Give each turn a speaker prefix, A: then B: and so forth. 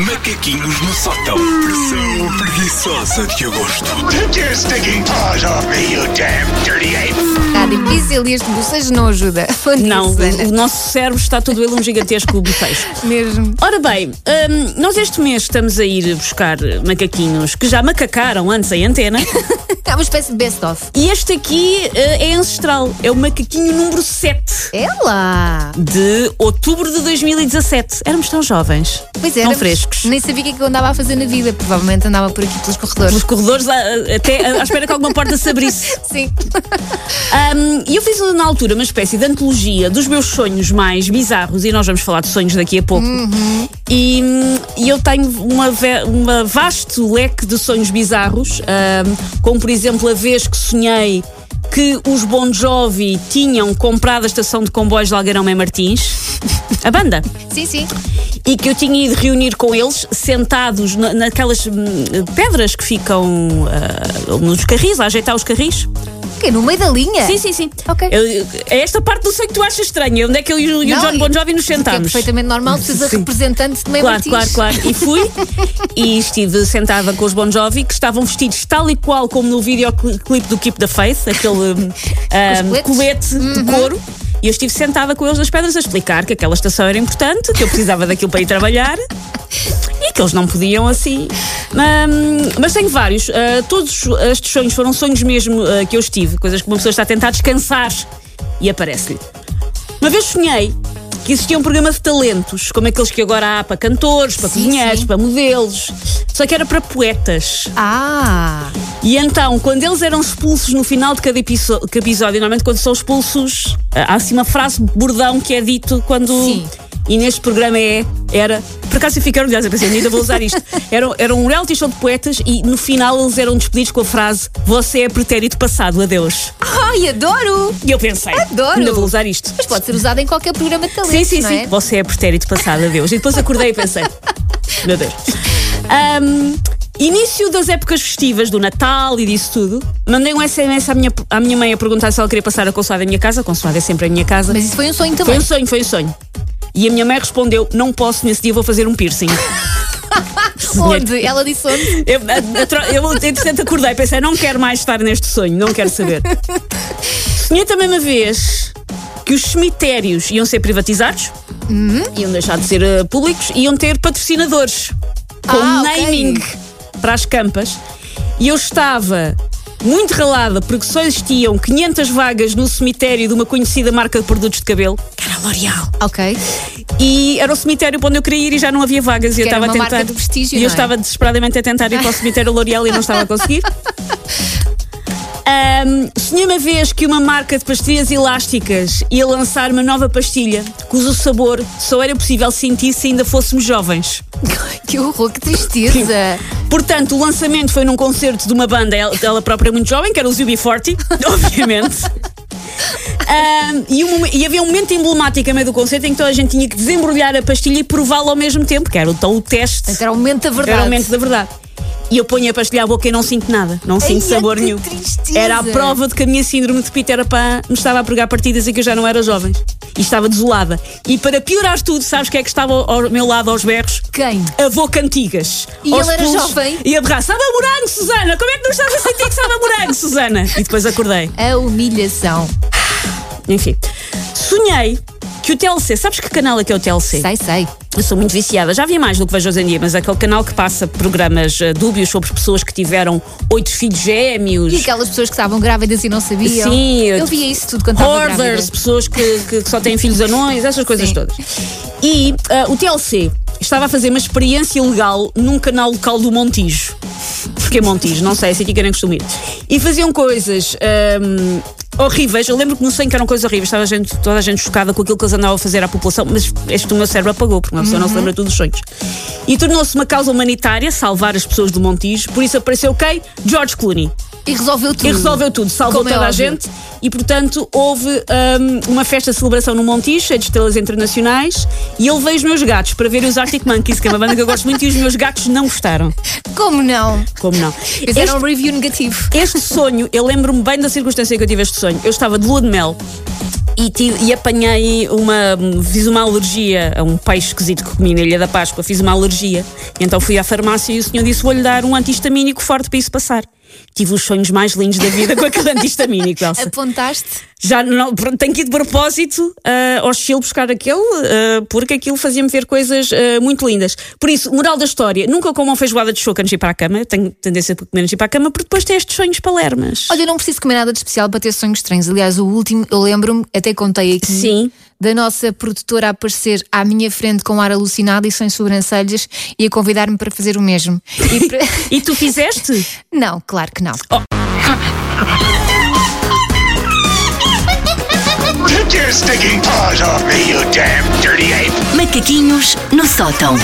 A: Macaquinhos no sótão. Pressão preguiçosa de agosto.
B: Take your stinking paws off me, you damn dirty ape!
C: Está difícil isto, vocês não ajuda. é Bom dia,
D: Não,
C: Susana.
D: o o nosso cérebro está todo ele um gigantesco bufês.
C: Mesmo.
D: Ora bem, hum, nós este mês estamos a ir buscar macaquinhos que já macacaram antes em antena
C: É uma espécie de best-of.
D: e este aqui eh, é ancestral, é o macaquinho número 7
C: Ela!
D: de outubro de 2017. Éramos tão jovens,
C: Pois é.
D: tão
C: éramos-
D: frescos.
C: Nem sabia o que é que eu andava a fazer na vida. Provavelmente andava por aqui pelos corredores.
D: Pelos corredores ah, ah, até ah, à espera que alguma porta se abrisse.
C: Sim.
D: Hum, E eu fiz na altura uma espécie de antologia dos meus sonhos mais bizarros, e nós vamos falar de sonhos daqui a pouco. E, hum, e eu tenho uma, ve- uma vasto leque de sonhos bizarros, hum, como por exemplo a vez que sonhei que os Bon Jovi tinham comprado a estação de comboios de Algarão Mé Martins, a banda,
C: Sim, sim.
D: e que eu tinha ido reunir com eles sentados na- naquelas hum, pedras que ficam ah, nos carris, a ajeitar os carris.
C: Ok, no meio da linha.
D: Sim, sim, sim.
C: É. Ok.
D: Eu- eu- é esta parte do sonho que tu achas estranha. Onde é que eu e o, e o
C: Não,
D: John Bon Jovi nos
C: isso é
D: sentámos?
C: perfeitamente normal, precisa de representante de meio
D: Claro,
C: Martins.
D: claro, claro. E fui e estive sentada com os Bon Jovi, que estavam vestidos tal e qual como no videoclipe do Keep the Faith, aquele hum, hum,
C: coletes. Uhum.
D: colete de couro. E eu estive sentada com eles nas pedras a explicar que aquela estação era importante, que eu precisava daquilo para ir trabalhar e que eles não podiam assim. Hum, mas tenho vários. Ah, todos estes sonhos foram sonhos mesmo ah, que eu estive, coisas que uma pessoa está a tentar descansar e aparece-lhe. Uma vez sonhei que existia um programa de talentos, como aqueles que agora há para cantores, para
C: Sim,
D: cozinheiros,
C: sim.
D: para modelos, só que era para poetas.
C: Ah!
D: E então, quando eles eram expulsos no final de cada episo- que episódio, normalmente quando são expulsos, há assim uma frase bordão que é dito quando.
C: Sim.
D: E neste programa é, era. Por acaso eu fiquei orgulhosa, pensei, ainda vou usar isto. Era, era um reality show de poetas e no final eles eram despedidos com a frase: Você é pretérito passado, adeus.
C: Ai, adoro!
D: E eu pensei,
C: Adoro.
D: ainda vou usar isto.
C: Mas pode ser usado em qualquer programa de talentos,
D: Sim, sim,
C: não
D: sim.
C: é?
D: Você é pretérito passado, adeus. E depois acordei e pensei: Meu Deus. Ahm, início das épocas festivas, do Natal e disso tudo, mandei um SMS à minha, à minha mãe a perguntar se ela queria passar a consoada à minha casa. A consoada é sempre a minha casa.
C: Mas isso foi um sonho
D: Foi
C: também.
D: um sonho, foi um sonho. E a minha mãe respondeu: Não posso, nesse dia vou fazer um piercing. um
C: Onde? Ela disse onde?
D: Eu, a- a tro- eu entretanto, acordei e pensei, não quero mais estar neste sonho, não quero saber. Sonhei também uma vez que os cemitérios iam ser privatizados,
C: Uhum.
D: iam deixar de ser eh, públicos, iam ter patrocinadores com
C: Ah, ok.
D: naming para as campas. E eu estava muito ralada porque só existiam 500 vagas no cemitério de uma conhecida marca de produtos de cabelo, que era a L'Oréal.
C: Ok.
D: E era o cemitério para onde eu queria ir e já não havia vagas. e eu
C: Que era
D: estava a
C: uma
D: tentar.
C: marca de prestígio,
D: e eu
C: não é?
D: estava desesperadamente a tentar ir para o cemitério L'Oréal e não estava a conseguir. Ahm, Sonhei uma vez que uma marca de pastilhas elásticas ia lançar uma nova pastilha cujo sabor só era possível sentir se ainda fôssemos jovens.
C: Que horror, que tristeza!
D: Portanto, o lançamento foi num concerto de uma banda, ela ela própria muito jovem, que era o UB40, obviamente. Ahm, e, um momen- e havia um momento emblemático a meio do concerto em que toda a gente tinha que desembrulhar a pastilha e prová-la ao mesmo tempo, que era o tal teste,
C: Era o momento da Então, é verdade.
D: era o momento da verdade. E eu ponho a pastilha à boca e não sinto nada, não sinto
C: Ai,
D: sabor
C: que
D: nenhum.
C: tristeza.
D: Era a prova de que a minha síndrome de Peter Pan me estava a pregar partidas e que eu já não era jovem. E estava desolada. E para piorar tudo, sabes quem é que estava ao- ao meu lado aos berros?
C: Quem?
D: avô Cantigas.
C: E
D: Aos
C: ele era
D: pulos,
C: jovem?
D: E a berrar, sabe a morango, Susana! Como é que não estás a sentir que sabe a morango, Susana? E depois acordei.
C: A humilhação.
D: Enfim. Sonhei que o TLC, sabes que canal é que é o TLC?
C: Sei, sei.
D: Eu sou muito viciada, já vi mais do que vejo hoje em dia, mas é aquele canal que passa programas eh, dúbios sobre pessoas que tiveram oito filhos gêmeos.
C: E aquelas pessoas que estavam grávidas e não sabiam.
D: Sim,
C: Eu
D: eu-
C: via isso tudo quando estava
D: Hoarders,
C: grávida.
D: pessoas que, que- que só têm filhos anões, essas coisas
C: Sim.
D: todas. E ah, o TLC estava a fazer uma experiência legal num canal local do Montijo. Porquê Montijo? Não sei, assim sei que querem costumir. E faziam coisas. ahm, Horríveis, eu lembro que não sei que eram coisas horríveis, estava a gente, toda a gente chocada com aquilo que eles andavam a fazer à população, mas este o meu cérebro apagou, porque uma pessoa não
C: Uhum.
D: se lembra tudo dos sonhos. E tornou-se uma causa humanitária salvar as pessoas do Montijo, por isso apareceu quem? George Clooney.
C: E resolveu tudo.
D: E resolveu tudo, salvou
C: Como é
D: toda a
C: óbvio.
D: gente e, portanto, houve hum, uma festa de celebração no Montijo, cheia de estrelas internacionais, e ele veio os meus gatos para ver os Arctic Monkeys, que é uma banda que eu gosto muito, e os meus gatos não gostaram.
C: Como não?
D: Como não?
C: Fizeram um
D: Este,
C: review negativo.
D: este sonho, eu lembro-me bem da circunstância em que eu tive este sonho. Eu estava de lua de mel e, tive- e apanhei uma. Fiz uma alergia a um peixe esquisito que comi na Ilha da Páscoa, fiz uma alergia. Então fui à farmácia e o senhor disse: vou-lhe dar um antihistamínico forte para isso passar. Tive os sonhos mais lindos da vida com aquele antihistamínico, Elsa.
C: Apontaste?
D: Já não, pronto, tenho que ir de propósito ah, ao Chile buscar aquele, ah, porque aquilo fazia-me ver coisas ah, muito lindas. Por isso, moral da história, nunca comam feijoada de choco antes de ir para a cama. Eu Tenho tendência para comer antes de ir para a cama, porque depois tem estes sonhos palermas.
C: Olha, eu não preciso comer nada de especial para ter sonhos estranhos. Aliás, o último, eu lembro-me, até contei aqui,
D: Sim.
C: da nossa produtora a aparecer à minha frente com ar alucinado e sem sobrancelhas e a convidar-me para fazer o mesmo. E para-
D: E tu fizeste?
C: não, claro que não.
B: Take your stinking paws off me, you damn dirty ape!
E: Macaquinhos no sótão.